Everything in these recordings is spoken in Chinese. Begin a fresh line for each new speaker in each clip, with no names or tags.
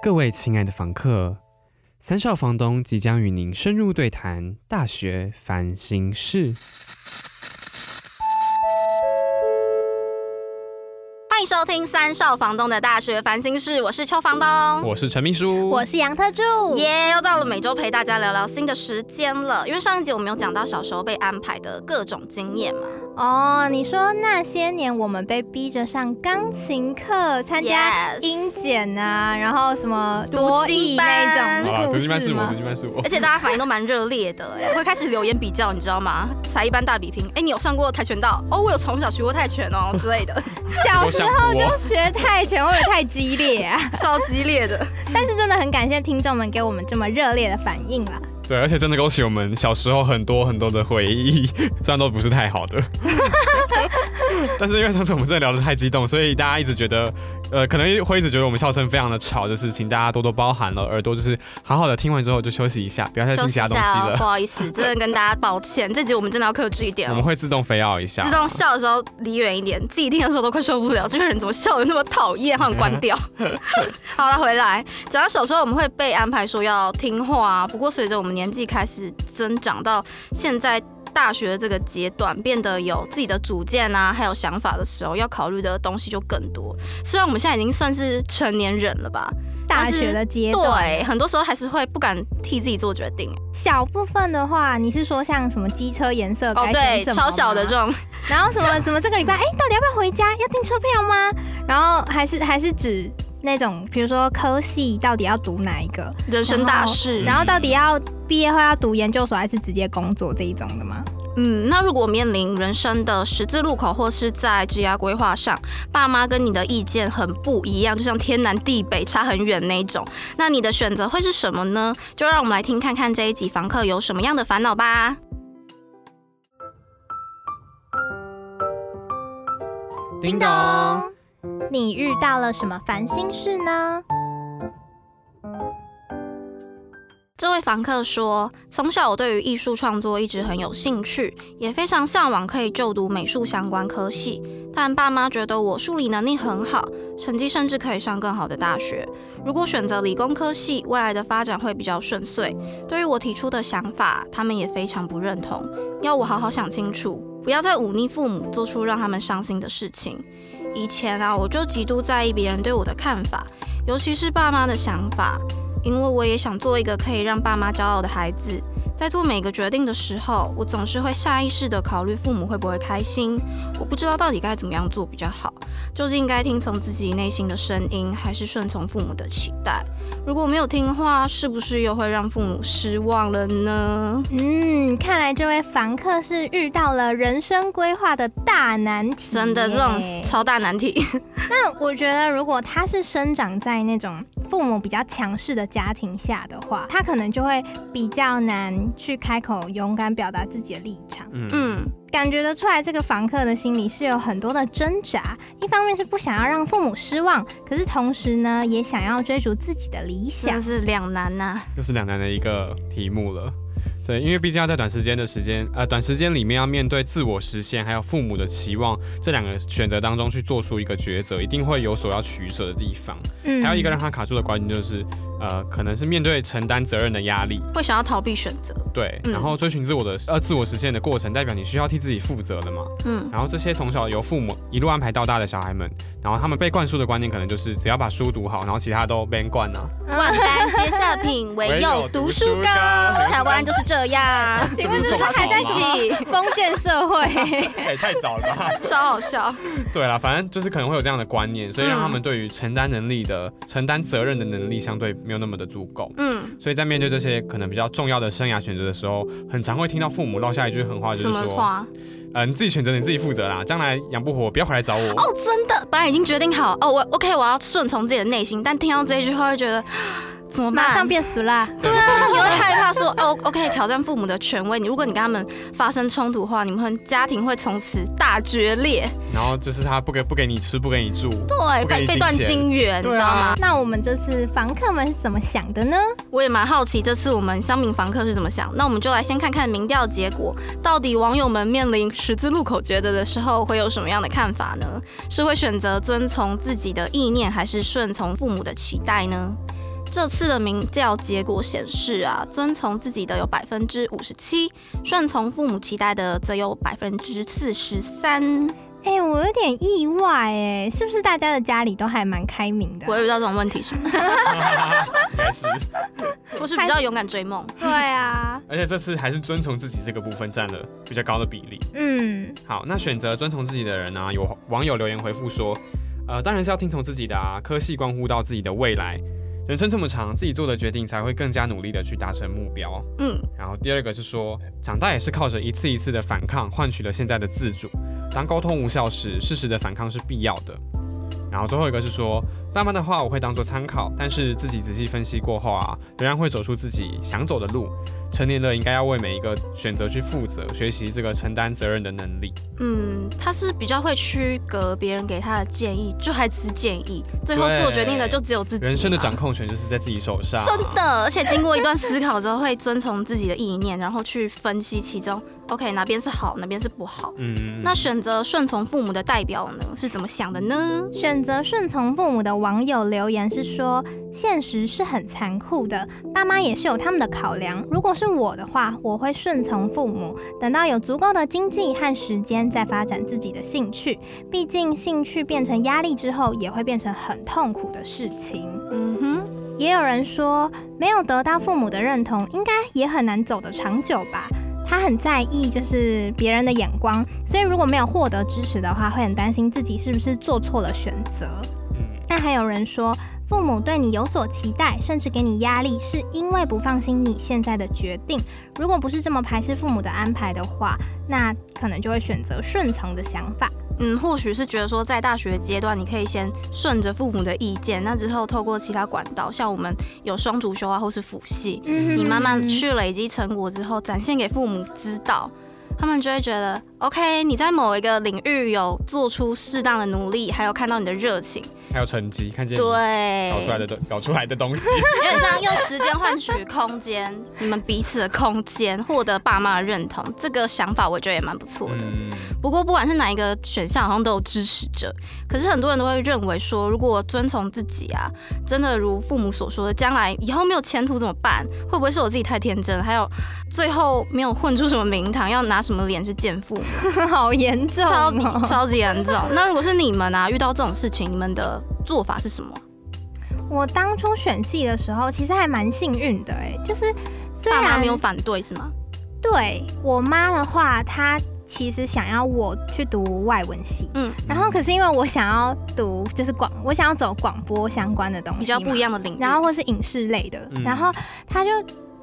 各位亲爱的房客，三少房东即将与您深入对谈大学烦心事。
欢迎收听三少房东的大学烦心事，我是邱房东。
我是陈秘书，
我是杨特助，
耶又到了每周陪大家聊聊新的时间了。因为上一集我们有讲到小时候被安排的各种经验嘛，
哦，你说那些年我们被逼着上钢琴课、参加
Yes
英检啊，然后什么多艺那
好
种故事吗？
班
哦
是我
而。且大家反应都蛮热烈的，哎，会开始留言比较，你知道吗？才一般大比拼，哎，你有上过跆拳道？哦，我有从小学过泰拳哦 之类的，
小时候就学泰拳，会不会太激烈啊？
超激烈的。
但是真的很感谢听众们给我们这么热烈的反应啦。
对，而且真的勾起我们小时候很多很多的回忆， 虽然都不是太好的， 但是因为上次我们真的聊得太激动，所以大家一直觉得，呃，可能会一直觉得我们笑声非常的吵，就是请大家多多包涵了，耳朵就是好好的听完之后就休息一下，不要再
休
听其
息一
他东西
下哦，不
了，
好意思，真的跟大家抱歉，这集我们真的要克制一点
我
哦
们。会自动飞奥一下
自。动笑的时候离远一点，自己听的时候都快受不了，这个人怎么笑的那么讨厌，好想关 掉。好了，回来讲到小时候我们会被安排说要听话啊，不过随着我们年纪开始增长到现在。大学这个阶段变得有自己的主见啊，还有想法的时候，要考虑的东西就更多。虽然我们现在已经算是成年人了吧，
大学的阶段，
对，很多时候还是会不敢替自己做决定。
小部分的话，你是说像什么机车颜色
哦
该，选
对，
什么
超小的
吗
这种
然后什么什么这个礼拜，哎，到底要不要回家？要订车票吗？然后还是还是指那种，比如说科系到底要读哪一个，
人生大事，
然后到底要毕业后要读研究所还是直接工作这一种的吗？
嗯，那如果面临人生的十字路口，或是在职涯规划上，爸妈跟你的意见很不一样，就像天南地北，差很远那一种，那你的选择会是什么呢？就让我们来听看看这一集房客有什么样的烦恼吧。
叮，
你遇到了什么烦心事呢？
这位房客说：“从小我对于艺术创作一直很有兴趣，也非常向往可以就读美术相关科系。但爸妈觉得我数理能力很好，成绩甚至可以上更好的大学。如果选择理工科系，未来的发展会比较顺遂。对于我提出的想法，他们也非常不认同，要我好好想清楚，不要再忤逆父母，做出让他们伤心的事情。以前啊，我就极度在意别人对我的看法，尤其是爸妈的想法。”因为我也想做一个可以让爸妈骄傲的孩子。在做每个决定的时候，我总是会下意识地考虑父母会不会开心。我不知道到底该怎么样做比较好，究竟该听从自己内心的声音，还是顺从父母的期待？如果没有听话，是不是又会让父母失望了呢？
嗯，看来这位房客是遇到了人生规划的大难题耶。
真的，这种超大难题。
那 我觉得，如果他是生长在那种父母比较强势的家庭下的话，他可能就会比较难去开口勇敢表达自己的立场。
嗯，
嗯，
感觉得出来，这个房客的心里是有很多的挣扎，一方面是不想要让父母失望，可是同时呢，也想要追逐自己的理
真
想
的。是两难啊呐、
又是两难的一个题目了。所以，因为毕竟要在短时间的时间，呃，短时间里面要面对自我实现，还有父母的期望这两个选择当中去做出一个抉择，一定会有所要取舍的地方。
嗯
还有一个让他卡住的关键就是，呃，可能是面对承担责任的压力，
会想要逃避选择。
对，
嗯
然后追寻自我的呃自我实现的过程，代表你需要替自己负责的嘛。
嗯，
然后这些从小由父母一路安排到大的小孩们，然后他们被灌输的观念可能就是只要把书读好，然后其他都被灌啊。
万般皆下品，唯有读书高。台湾就是这 样。
请问这是
考
还在
自己，
封建社会，
哎，太早了吧？
超好笑。
对啦，反正就是可能会有这样的观念，所以让他
嗯
们对于承担能力的、承担责任的能力相对没有那么的足够。
嗯，
所以在面对这些可能比较重要的生涯选择的时候，很常会听到父母落下一句狠话，就是
什么
说，
话？
呃，你自己选择，你自己负责啦，将来养不活，不要回来找我。
哦，真的，本来已经决定好哦，我 OK，我要顺从自己的内心，但听到这一句话，会觉得 怎么办？
马上变俗啦。
对 啊，你会害怕说哦，OK，挑战父母的权威。你如果你跟他们发生冲突的话，你们家庭会从此大决裂，
然后就是他不给不给你吃，不给 你住，
对，
不给
被
你
被
金
断
钱
金源，你知道吗？
那我们这次房客们是怎么想的呢？
我也蛮好奇这次我们乡民房客是怎么想。那我们就来先看看民调结果，到底网友们面临十字路口抉择的时候会有什么样的看法呢？是会选择遵从自己的意念，还是顺从父母的期待呢？这次的民调结果显示啊，遵从自己的有百分之五十七，顺从父母期待的则有百分之四十三。
哎、我有点意外哎、是不是大家的家里都还蛮开明的啊？
我也遇到这种问题是吗？
应该是。
我是比较勇敢追梦。
对啊，
而且这次还是遵从自己这个部分占了比较高的比例。
嗯，
好，那选择遵从自己的人呢、啊有网友留言回复说，呃，当然是要听从自己的啊，科系关乎到自己的未来，人生这么长，自己做的决定才会更加努力的去达成目标。
嗯，
然后第二个是说，长大也是靠着一次一次的反抗换取了现在的自主。当沟通无效时，适时的反抗是必要的。然后最后一个是说，爸妈的话我会当做参考，但是自己仔细分析过后啊，仍然会走出自己想走的路。成年了应该要为每一个选择去负责，学习这个承担责任的能力。
嗯，他是比较会区隔别人给他的建议，就还只是建议，最后做决定的就只有自己嘛。
人生的掌控权就是在自己手上。
真的，而且经过一段思考之后，会遵从自己的意念，然后去分析其中，OK 哪边是好，哪边是不好。
嗯，
那选择顺从父母的代表呢，是怎么想的呢？
选择顺从父母的网友留言是说，现实是很残酷的，爸妈也是有他们的考量。如果是我的话，我会顺从父母，等到有足够的经济和时间再发展自己的兴趣。毕竟兴趣变成压力之后，也会变成很痛苦的事情。
嗯哼，
也有人说，没有得到父母的认同，应该也很难走得长久吧。他很在意就是别人的眼光，所以如果没有获得支持的话，会很担心自己是不是做错了选择。
嗯
那还有人说，父母对你有所期待，甚至给你压力，是因为不放心你现在的决定。如果不是这么排斥父母的安排的话，那可能就会选择顺从的想法。
嗯，或许是觉得说，在大学阶段，你可以先顺着父母的意见，那之后透过其他管道，像我们有双主修啊，或是辅系，
嗯
你慢慢去累积成果之后，展现给父母知道，他们就会觉得 OK，你在某一个领域有做出适当的努力，还有看到你的热情，
还有成绩，看见你
对，
搞出来的东搞出来的 东西。
有点像用时间换取空间，你们彼此的空间，获得爸妈的认同，这个想法我觉得也蛮不错的。
嗯，
不过不管是哪一个选项，好像都有支持者。可是很多人都会认为说，如果遵从自己啊，真的如父母所说的，将来以后没有前途怎么办？会不会是我自己太天真了？还有最后没有混出什么名堂，要拿什么脸去见父母？
好严重、
超
哦，
级超级严重。那如果是你们啊，遇到这种事情，你们的做法是什么？
我当初选戏的时候，其实还蛮幸运的哎、就是虽
爸妈
然
没有反对是吗？
对我妈的话，她其实想要我去读外文系，
嗯，
然后可是因为我想要读就是广，我想要走广播相关的东西，
比较不一
样，
样的领域。
然后或是影视类的，
嗯
然后她就。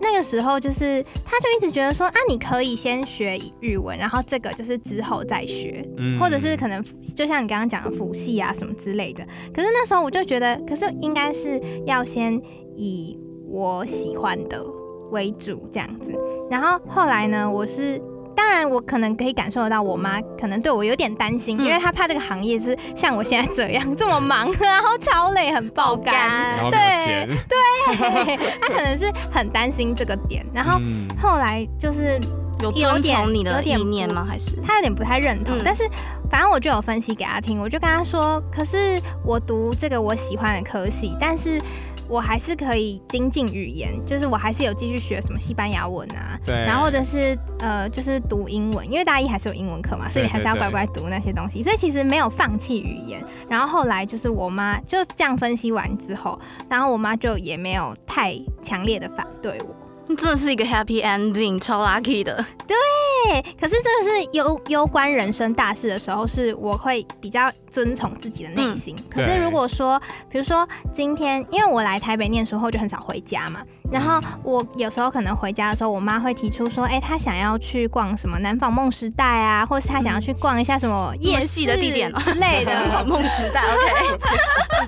那个时候就是，她就一直觉得说啊，你可以先学日文，然后这个就是之后再学，
嗯
或者是可能就像你刚刚讲的辅系啊什么之类的。可是那时候我就觉得，可是应该是要先以我喜欢的为主这样子。然后后来呢，我是。当然，我可能可以感受得到，我妈可能对我有点担心，
嗯
因为她怕这个行业是像我现在这样这么忙，然后超累，很爆肝。
然后没有
对
钱，
她可能是很担心这个点。然后
嗯
后来就是
有
有
遵
点
从你
有
的意
点
念
不
吗？还是
他有点不太认同，
嗯
但是反正我就有分析给他听，我就跟他说，可是我读这个我喜欢的科系，但是我还是可以精进语言，就是我还是有继续学什么西班牙文啊，
对，
然后或者是呃，就是读英文，因为大一还是有英文课嘛，所以你还是要乖乖读那些东西。所以其实没有放弃语言。然后后来就是我妈就这样分析完之后，然后我妈就也没有太强烈的反对我。
真的是一个 happy ending，超 lucky 的。
对，可是这个是攸攸关人生大事的时候，是我会比较遵从自己的内心。可是
对
如果说，比如说今天，因为我来台北念书后就很少回家嘛，然后我有时候可能回家的时候，我妈会提出说，哎、她想要去逛什么南纺梦时代啊，或是她想要去逛一下什么夜
么细
市
的地点哦
之类
。
的
好梦时代，OK。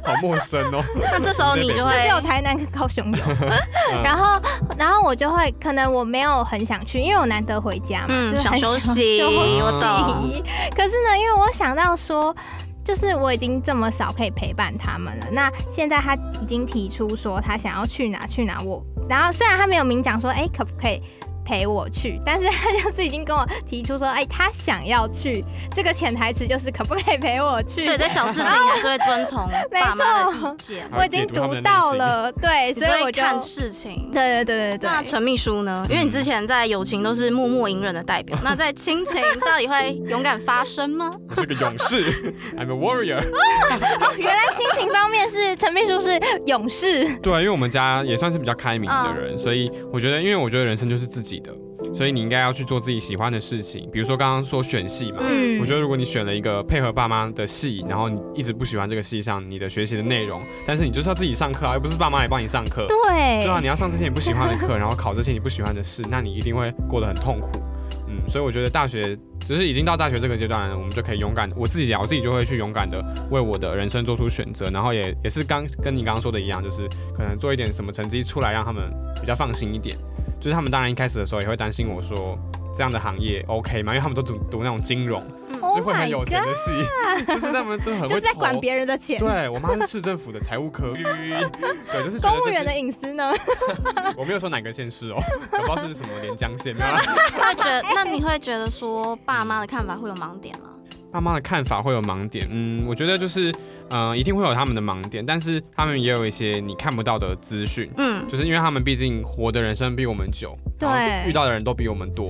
好陌生哦。
那这时候你就
就只有
会，
台南跟 高雄有，然后，然后我就会可能我没有很想去，因为我难得回家嘛，
嗯
就，是
想
很
休息，
休息
我懂。
可是呢，因为我想到说，就是我已经这么少可以陪伴他们了，那现在他已经提出说他想要去哪去哪，我然后虽然他没有明讲说，哎、可不可以陪我去，但是他就是已经跟我提出说，哎，他想要去，这个潜台词就是可不可以陪我去？
所以在小事情还是会遵 从
没
爸妈的
错
意见，
我已经读到了，对，所
所
以我
以
就
看事情。
对对对对对，
那陈秘书呢？因为你之前在友情都是默默隐忍的代 表，那在亲情到底会勇敢发声吗？
我是个勇 士，I'm a warrior。
哦原来亲情方面是陈秘书是勇士，
对，因为我们家也算是比较开明
嗯
的人，所以我觉得，因为我觉得人生就是自己的，所以你应该要去做自己喜欢的事情。比如说刚刚说选戏嘛，
嗯，
我觉得如果你选了一个配合爸妈的戏，然后你一直不喜欢这个戏上你的学习的内容，但是你就是要自己上课啊，又不是爸妈来帮你上课。
对
对啊，你要上这些你不喜欢的 课，然后考这些你不喜欢的试，那你一定会过得很痛苦。嗯，所以我觉得大学就是已经到大学这个阶段了，我们就可以勇敢地，我自己啊，我自己就会去勇敢的为我的人生做出选择，然后也也是刚跟你刚刚说的一样，就是可能做一点什么成绩出来，让他们比较放心一点。就是他们当然一开始的时候也会担心我说这样的行业 OK 吗？因为他们都读读那种金融，
Oh
就会很有
my
钱
god，
的系就是他们就很会
就是在
投
管。别人的钱，
对我妈是市政府的财务科， 对，就是觉得
公务
这些
员的隐私呢？
我没有说哪个县市哦， 我不知道是什么连江县。啊没有啦
会觉得，那你会觉得说爸妈的看法会有盲点吗？
爸妈的看法会有盲点，嗯，我觉得就是，嗯，一定会有他们的盲点，但是他们也有一些你看不到的资讯，
嗯，
就是因为他们毕竟活的人生比我们久，
对
然后遇到的人都比我们多，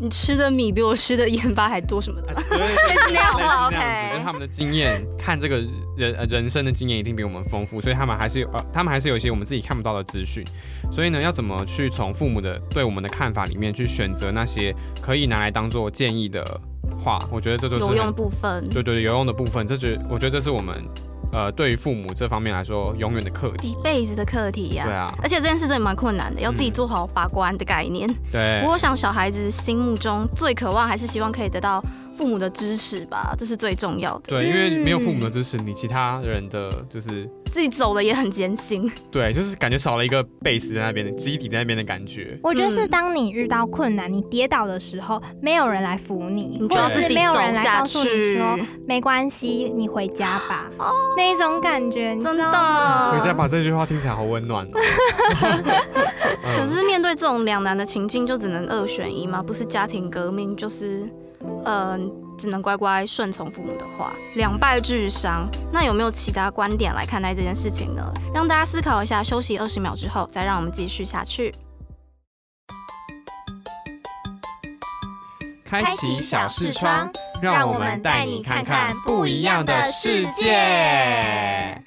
你吃的米比我吃的盐巴还多什么的
啊
吗？
对对对对
那样吗
类似那
OK
样子，就是他们的经验，看这个人呃人生的经验一定比我们丰富，所以他们还是有呃，他们还是有一些我们自己看不到的资讯，所以呢，要怎么去从父母的对我们的看法里面去选择那些可以拿来当做建议的话，我觉得这就是
有
很
用的部分。
对对，对有用的部分，这觉我觉得这是我们呃对于父母这方面来说永远的课
一
题。
辈子的课题呀、
对啊，
而且这件事真的蛮困难的，要自己做好把关的概念。不
哎
对
过，我想小孩子心目中最渴望还是希望可以得到父母的支持吧，这是最重要的。
对，因为没有父
嗯
母的支持，你其他人的就是
自己走了也很艰辛，
对，就是感觉少了一个 base 在那边的基底在那边的感觉。
我觉得是
嗯
当你遇到困难、你跌倒的时候，没有人来扶你，
你
或
就要
者
自
是
己
没有
走
人来
下
告诉你
去。哦
说没关系，你回家吧，那一种感觉，你知道
真
吗
回
的
家把这句话听起来好温暖、哦。嗯
可是面对这种两难的情境，就只能二选一嘛，不是家庭革命，就是，嗯、只能乖乖顺从父母的话，两败俱伤。那有没有其他观点来看待这件事情呢？让大家思考一下，休息二十秒之后，再让我们继续下去。
开启小视窗，让我们带你看看不一样的世界。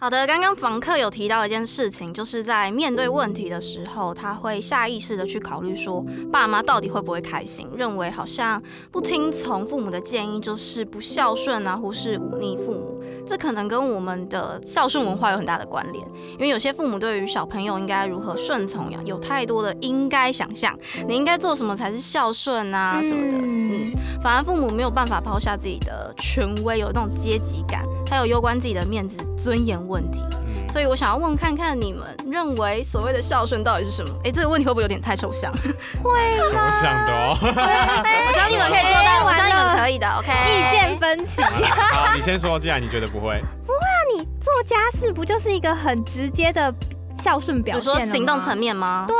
好的，刚刚房客有提到一件事情，就是在面对问题的时候，他会下意识的去考虑说，爸妈到底会不会开心，认为好像不听从父母的建议就是不孝顺啊，或是忤逆父母。这可能跟我们的孝顺文化有很大的关联，因为有些父母对于小朋友应该如何顺从呀，有太多的应该想象，你应该做什么才是孝顺啊什么的，嗯
嗯
反而父母没有办法抛下自己的权威，有那种阶级感，还有攸关自己的面子、尊严问题。
嗯
所以我想要问看看你们认为所谓的孝顺到底是什么？哎，这个问题会不会有点太抽 象？
是我想的哦。
哎
我相信你们可以做到，我相信你们可以的。OK，
意见分歧。
好啦好，你先说，既然你觉得不会，
你做家事不就是一个很直接的孝顺
比
表
如
现了
说
吗？
行动层面吗？对，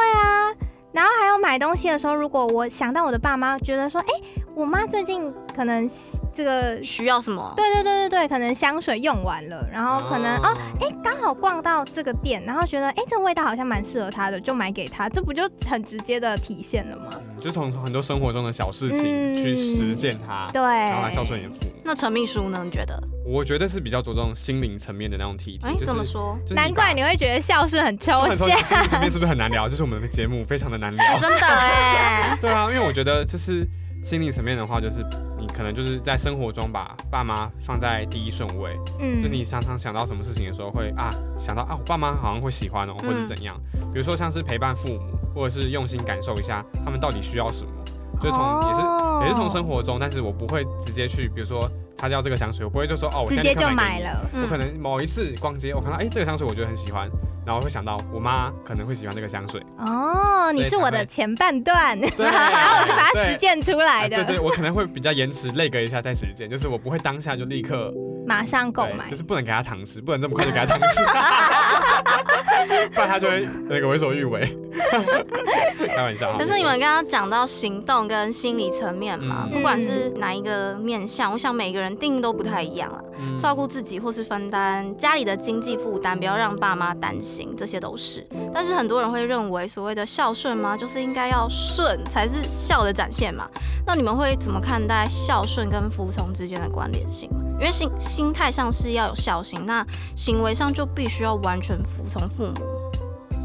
然后还有买东西的时候，如果我想到我的爸妈，觉得说，哎、我妈最近可能这个，
需要什么？
对对对对对，可能香水用完了，然后可
嗯
能、
啊
哦，哎、刚好逛到这个店，然后觉得，哎、这味道好像蛮适合她的，就买给她，这不就很直接的体现了吗？
嗯就从很多生活中的小事情
嗯
去实践它，
对，
然后来孝顺你的父母。
那陈秘书呢？你觉得？
我觉得是比较着重心灵层面的那种体贴，
哎
就，是
怎么说？
就是把
难怪你会觉得孝顺很
就
抽
很说
象。
心灵层面是不是很难聊？就是我们的节目非常的难聊。
哦真的哎，
对啊，因为我觉得就是心灵层面的话，就是你可能就是在生活中把爸妈放在第一顺位，
嗯
就你常常想到什么事情的时候会啊想到啊我爸妈好像会喜欢哦，或者
嗯
怎样，比如说像是陪伴父母，或者是用心感受一下他们到底需要什么，
哦
就从、也是也是从生
活
活中，但是我不会直接去，比如说他要这个香水，我不会就说哦，我
直
现在
接
立刻
就
买
买
给你。
了。
嗯
嗯
我可能某一次逛街，我看到哎、这个香水我觉得很喜欢，然后会想到我妈可能会喜欢这个香水，
哦，你是我的前半段，
对
然后我是把它实践出来
哎
的，
对对，我可能会比较延迟，累个一下再实践， 就是我不会当下就立刻
马上购
对
买
就。是不能给他糖吃，不能这么快就给他糖吃。不然他就会那个为所欲 为。开玩笑啊，
可是你们刚刚讲到行动跟心理层面嘛，
嗯
不管是哪一个面向，我想每个人定义都不太一样啊。
嗯
照顾自己或是分担家里的经济负担，不要让爸妈担心，这些都是。但是很多人会认为所谓的孝顺嘛，就是应该要顺才是孝的展现嘛。那你们会怎么看待孝顺跟服从之间的关联性吗？因为心心态上是要有孝心，那行为上就必须要完全服从父母。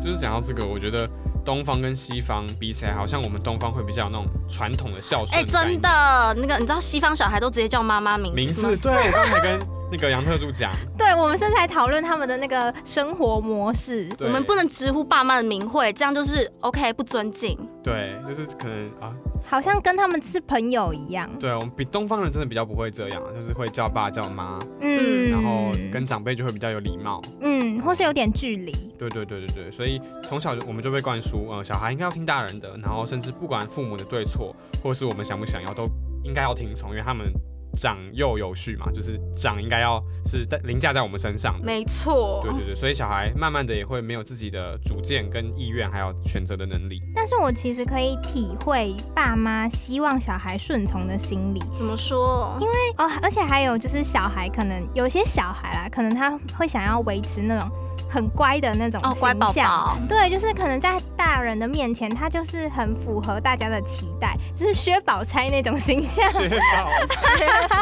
就是讲到这个，我觉得东方跟西方比起来，好像我们东方会比较有那种传统的孝顺。
哎、真。的，那个你知道西方小孩都直接叫妈妈名字
名
吗
字， 对我刚才跟那个杨特助讲，
对，我们现在讨论他们的那个生活模式。
对
我们不能直呼爸妈的名讳，这样就是 OK 不尊敬。
对，就是可能啊，
好像跟他们是朋友一样。
对我们比东方人真的比较不会这样，就是会叫爸叫妈，
嗯，
然后跟长辈就会比较有礼貌。
嗯，或是有点距离。
对对对对对，所以从小我们就被灌输，呃，小孩应该要听大人的，然后甚至不管父母的对错，或是我们想不想要，都应该要听从，因为他们长幼有序嘛，就是长应该要是在凌驾在我们身上的。
没错
对对对，所以小孩慢慢的也会没有自己的主见跟意愿，还有选择的能 力。
但是我其实可以体会爸妈希望小孩顺从的心理
怎么说？因为
哦，而且还有就是小孩可能有些小孩啦，可能他会想要维持那种很乖的那种
哦，乖宝
形象
宝，
对，就是可能在大人的面前，他就是很符合大家的期待，就是薛宝钗那种形象。
学宝，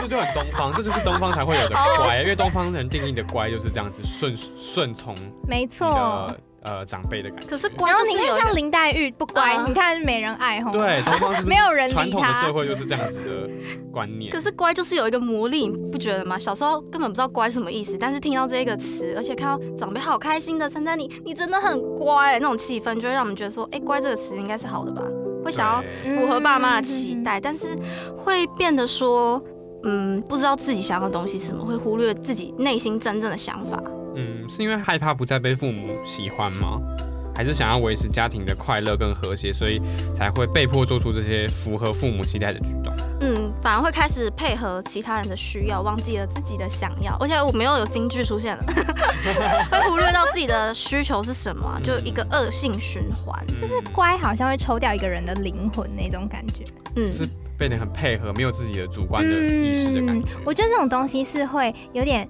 这就很东方，这就是东方才会有
哦
的乖，因为东方人定义的乖就是这样子顺顺从你
没错。
的呃长辈的感觉。
可是乖
然后
就
你
是有一
看
个
像林黛玉不乖，
嗯
你看没人爱吼。
对，东方是不是
没有人理他
传统的社会就是这样子的观念
可。是乖就是有一个魔力，你不觉得吗？小时候根本不知道乖什么意思，但是听到这个词，而且看到长辈好开心的称赞你，你真的很乖，那种气氛就会让我们觉得说，哎、乖这个词应该是好的吧，会想要
对
符合爸妈的期待，但是会变得说，嗯，不知道自己想要的东西是什么，会忽略自己内心真正的想法。
嗯，是因为害怕不再被父母喜欢吗？还是想要维持家庭的快乐跟和谐，所以才会被迫做出这些符合父母期待的举动？
嗯，反而会开始配合其他人的需要，忘记了自己的想要，而且我们又有京剧出现了， 会忽略到自己的需求是什么啊、就一个恶性循环。
嗯
就是乖，好像会抽掉一个人的灵魂那种感觉。
嗯，
是变得很配合，没有自己的主观的意识的感觉。
我觉得这种东西是会有点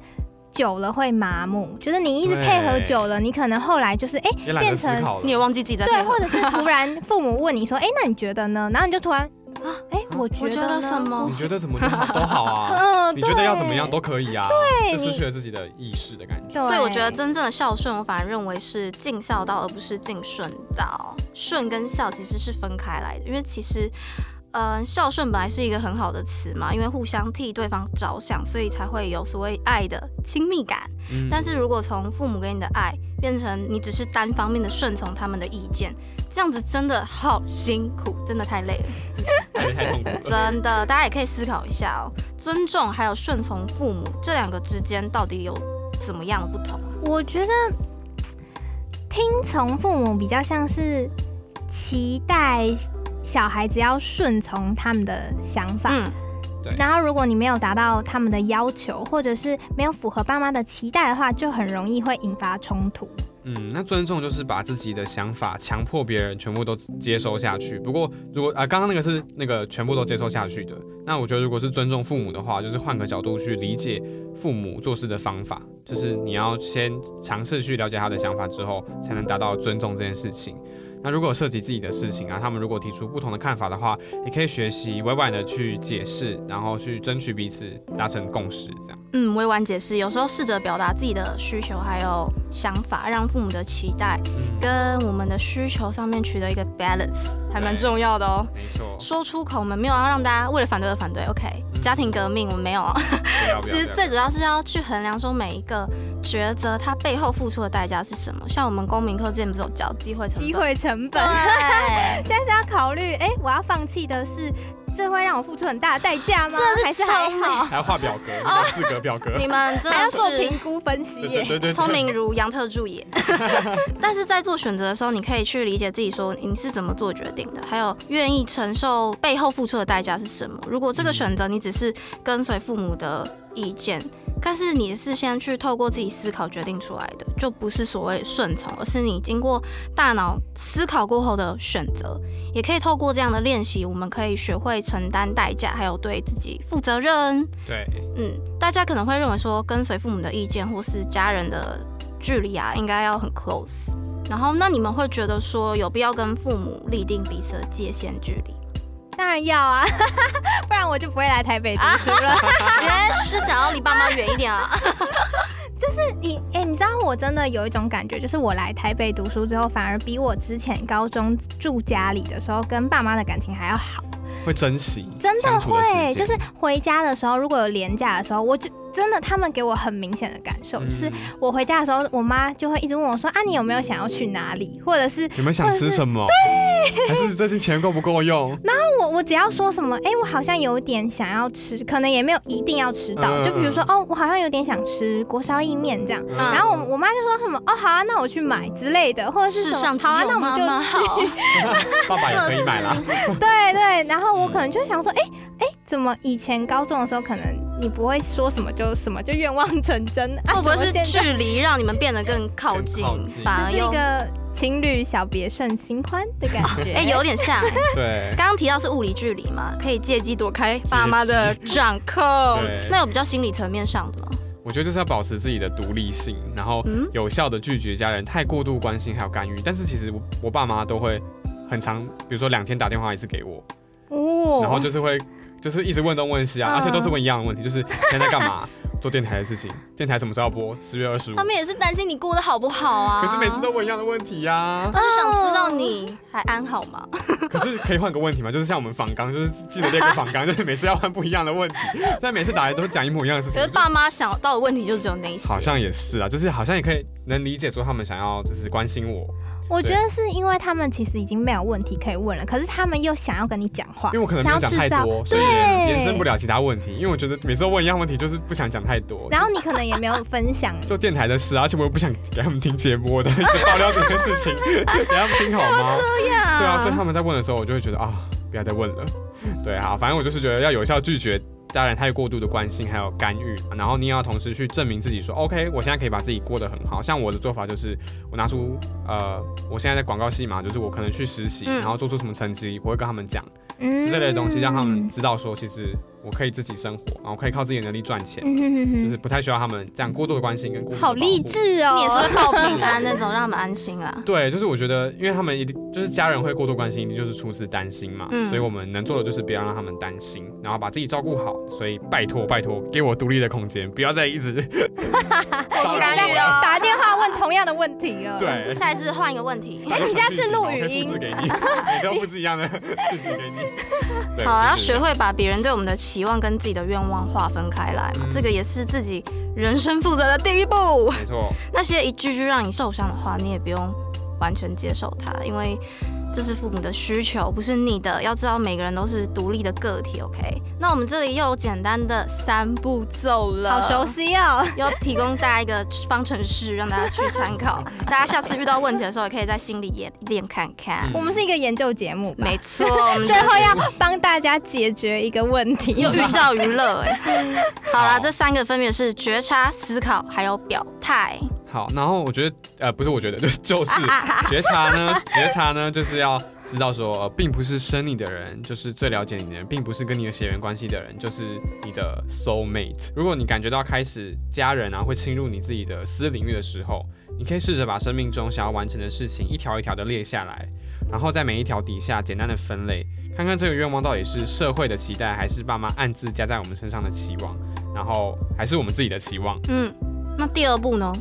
久了会麻木，就是你一直
对
配合久了，你可能后来就是哎、
也懒得
变
思
成
考了
你。也忘记自己在
对，
配合
或者 是突然父母问你说，哎、那你觉得呢？然后你就突然啊，哎、我觉
我
得
觉得
呢
什？么
你？觉得怎么都好都好 啊，
嗯、
你觉得要怎么样
对
都可以啊，对就
你
失去了自己的意识的感觉。
对
所以我觉得真正的孝顺，我反而认为是尽孝道，而不是尽顺道。顺跟孝其实是分开来的，因为其实，嗯、孝顺本来是一个很好的词嘛，因为互相替对方着想，所以才会有所谓爱的亲密感。
嗯
但是如果从父母给你的爱变成你只是单方面的顺从他们的意见，这样子真的好辛苦，真的太累 了，
感觉太痛苦了。
真的。大家也可以思考一下哦，尊重还有顺从父母这两个之间到底有怎么样的不同啊？
我觉得听从父母比较像是期待小孩子要顺从他们的想法。
嗯，
对
然后，如果你没有达到他们的要求，或者是没有符合爸妈的期待的话，就很容易会引发冲突。
嗯，那尊重就是把自己的想法强迫别人全部都接收下去。不过如果啊，刚刚那个是那个全部都接收下去的，那我觉得如果是尊重父母的话，就是换个角度去理解父母做事的方法，就是你要先尝试去了解他的想法之后，才能达到尊重这件事情。那如果涉及自己的事情啊，他们如果提出不同的看法的话，也可以学习委婉的去解释，然后去争取彼此达成共识，这样。
嗯，委婉解释，有时候试着表达自己的需求还有想法，让父母的期待
嗯，
跟我们的需求上面取得一个 balance，还蛮
对
重要的哦。
没错。
说出口，我们没有要让大家为了反对而反对，OK？
嗯
家庭革命我们没有啊，
不要不要
其实
不要
最主要是要去衡量说每一个抉择它背后付出的代价是什么。像我们公民课之前不是有教机会成本？
机会成本，
对
啊现在是要考虑，哎、我要放弃的是，这会让我付出很大的代价吗？
这
还
是
是还
聪
好，
明，
还要画表格，
哦
有四格表格。
你们真
还要
的
做
是
评估分析
对
耶
对。对对，
聪明如杨特助也。 但是在做选择的时候，你可以去理解自己说嗯你是怎么做决定的，还有愿意承受背后付出的代价是什么。如果这个选择你只是跟随父母的意见，但是你是先去透过自己思考决定出来的，就不是所谓顺从，而是你经过大脑思考过后的选择。也可以透过这样的练习，我们可以学会承担代价，还有对自己负责任。
对，
嗯，大家可能会认为说，跟随父母的意见或是家人的距离啊，应该要很 close。然后，那你们会觉得说，有必要跟父母立定彼此的界限距离？
当然要啊， 不然我就不会来台北读书了。
原来是想要离爸妈远一点 啊！
你哎、你知道我真的有一种感觉，就是我来台北读书之后，反而比我之前高中住家里的时候跟爸妈的感情还要好，
会珍惜，
真的
相处的时
会。
间
就是回家的时候，如果有廉假的时候，我就真的他们给我很明显的感受，就是
嗯
我回家的时候，我妈就会一直问我说啊，你有没有想要去哪里，或者是
你们想吃什么？对，还是最近钱够不够用？
我我只要说什么，哎、我好像有点想要吃，可能也没有一定要吃到，
嗯
就比如说哦，我好像有点想吃国烧意面这样，
嗯
然后我我妈就说什么哦，好啊，那我去买之类的，或者是
世
什
上
么
只
好啊，那
有
我们
妈
就
妈
去，
爸
好，啊
爸也
这
哎可以买啦。
是
对对，然后我可能就想说，哎、哎、怎么以前高中的时候，可能你不会说什么就什么就愿望成真，啊、
会不会
怎么
是
现在
距离让你们变得更靠近
更靠近，
反
就
而
是
又
一个情侣小别胜新欢的感觉？
哎、有点 像、哎
对，
刚刚提到是物理距离嘛，可以借机躲开爸妈的掌控
对。嗯
那有比较心理层面上的吗？
我觉得就是要保持自己的独立性，然后
嗯
有效的拒绝家人太过度关心还有干预。但是其实我我爸妈都会很常，比如说两天打电话一次给我，然后
哦，
就是会就是一直问东问西啊，
嗯
而且都是问一样的问题，就是现在在干嘛，做电台的事情，电台什么时候要播？十月二十五
他。们也是担心你过得好不好啊。
可是每次都问一样的问题呀、
他就想知
哦
道你还安好吗？
可是可以换个问题吗？就是像我们访纲，就是记得列个访纲，就是每次要换不一样的 问题，但每次打来都讲一模一样的事情
可是。爸妈想到的问题就只有那一些。
好像也是啊，就是好像也可以能理解说他们想要就是关心我，
我觉得是因为他们其实已经没有问题可以问了，可是他们又想要跟你讲话，
因为我可能没
想
有
要
讲
制
太
造，
多，所以延伸不了其他问题。因为我觉得每次都问一样问题，就是不想讲太多。
然后你可能也没有分享
就电台的事啊，而且我又不想给他们听节目，我都一直爆料这件事情，给他们听好吗？对啊，所以他们在问的时候，我就会觉得啊，不要再问了。对啊，反正我就是觉得要有效拒绝家人太过度的关心还有干预，啊然后你也要同时去证明自己说，OK，我现在可以把自己过得很好。像我的做法就是，我拿出呃，我现在在广告系嘛，就是我可能去实习，
嗯
然后做出什么成绩，我会跟他们讲，就
嗯
这类的东西，让他们知道说，其实我可以自己生活，然后可以靠自己的能力赚钱。
嗯哼哼哼
就是不太需要他们这样过度的关心跟过度的
好励
保护
志哦，
你也是会报平安那种，让他们安心啊。
对，就是我觉得，因为他们一定就是家人会过度关心，一定就是出自担心嘛，
嗯
所以我们能做的就是不要让他们担心，然后把自己照顾好。所以拜托拜托，给我独立的空间，不要再一直
我
骚扰
干
我啊。
预
打电话问同样的问题 了。
对，
下一次换一个问题。
你
下次录语音
复制给 你，每周复制一样的讯息给你。对
好啊，要
就是
学会把别人对我们的期望跟自己的愿望划分开来嘛，
嗯
这个也是自己人生负责的第一步。
没错，
那些一句句让你受伤的话，你也不用完全接受它，因为这是父母的需求，不是你的。要知道每个人都是独立的个体，OK？那我们这里又有简单的三步骤了，
好熟，悉哦。
又提供大家一个方程式让大家去参考。大家下次遇到问题的时候，也可以在心里也练看看。
我们
嗯
是一个研究节目吧，
没错，我们
最后要帮大家解决一个问题。
又寓教于乐哎。好啦，
好
这三个分别是觉察、思考还有表态。
好，然后我觉得，呃，不是我觉得，就是就是觉察呢，觉察呢，就是要知道说，呃并不是生你的人就是最了解你的人，并不是跟你有血缘关系的人就是你的 soul mate。如果你感觉到开始家人啊会侵入你自己的私领域的时候，你可以试着把生命中想要完成的事情一条一条的列下来，然后在每一条底下简单的分类，看看这个愿望到底是社会的期待，还是爸妈暗自加在我们身上的期望，然后还是我们自己的期望。
嗯，那第二步呢？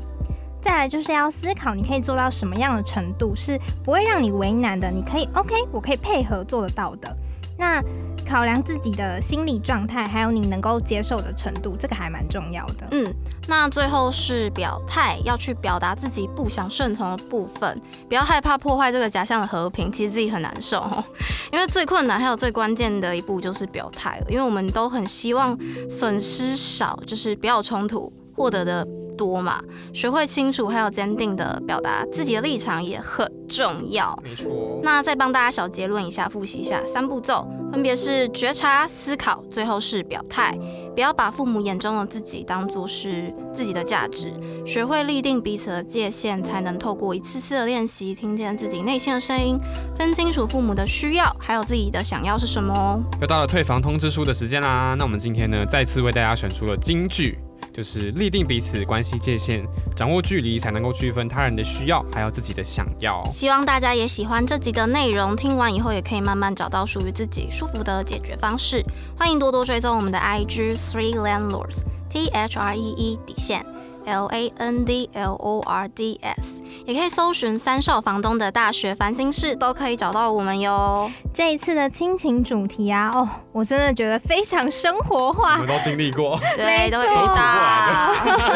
再来就是要思考，你可以做到什么样的程度是不会让你为难的，你可以 OK，我可以配合做得到的。那考量自己的心理状态，还有你能够接受的程度，这个还蛮重要的。
嗯，那最后是表态，要去表达自己不想顺从的部分，不要害怕破坏这个假象的和平，其实自己很难受哦， 因为最困难还有最关键的一步就是表态了，因为我们都很希望损失少，就是不要有冲突，获得的多嘛，学会清楚还有坚定的表达自己的立场也很重要。
没错。哦
那再帮大家小结论一下，复习一下三步骤，分别是觉察、思考，最后是表态。不要把父母眼中的自己当做是自己的价值，学会立定彼此的界限，才能透过一次次的练习，听见自己内心的声音，分清楚父母的需要，还有自己的想要是什么哦。
又到了退房通知书的时间啦。那我们今天呢，再次为大家选出了金句，就是立定彼此关系界限，掌握距离，才能够区分他人的需要，还有自己的想要。
希望大家也喜欢这集的内容，听完以后也可以慢慢找到属于自己舒服的解决方式。欢迎多多追踪我们的 IG Three Landlords T H R E E 底线 L A N D L O R D S，也可以搜寻三少房东的大学烦心事，都可以找到我们哟。
这一次的亲情主题啊，哦，我真的觉得非常生活
我
化
们，都经历过，
对，
没
都会
错
遇到。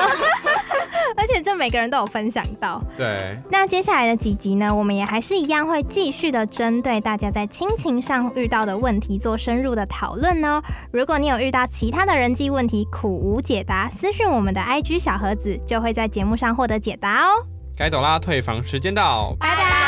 而且这每个人都有分享到。
对，
那接下来的几集呢，我们也还是一样会继续的针对大家在亲情上遇到的问题做深入的讨论哦。如果你有遇到其他的人际问题苦无解答，私讯我们的 IG 小盒子，就会在节目上获得解答哦。
该走啦，退房时间到，
拜拜。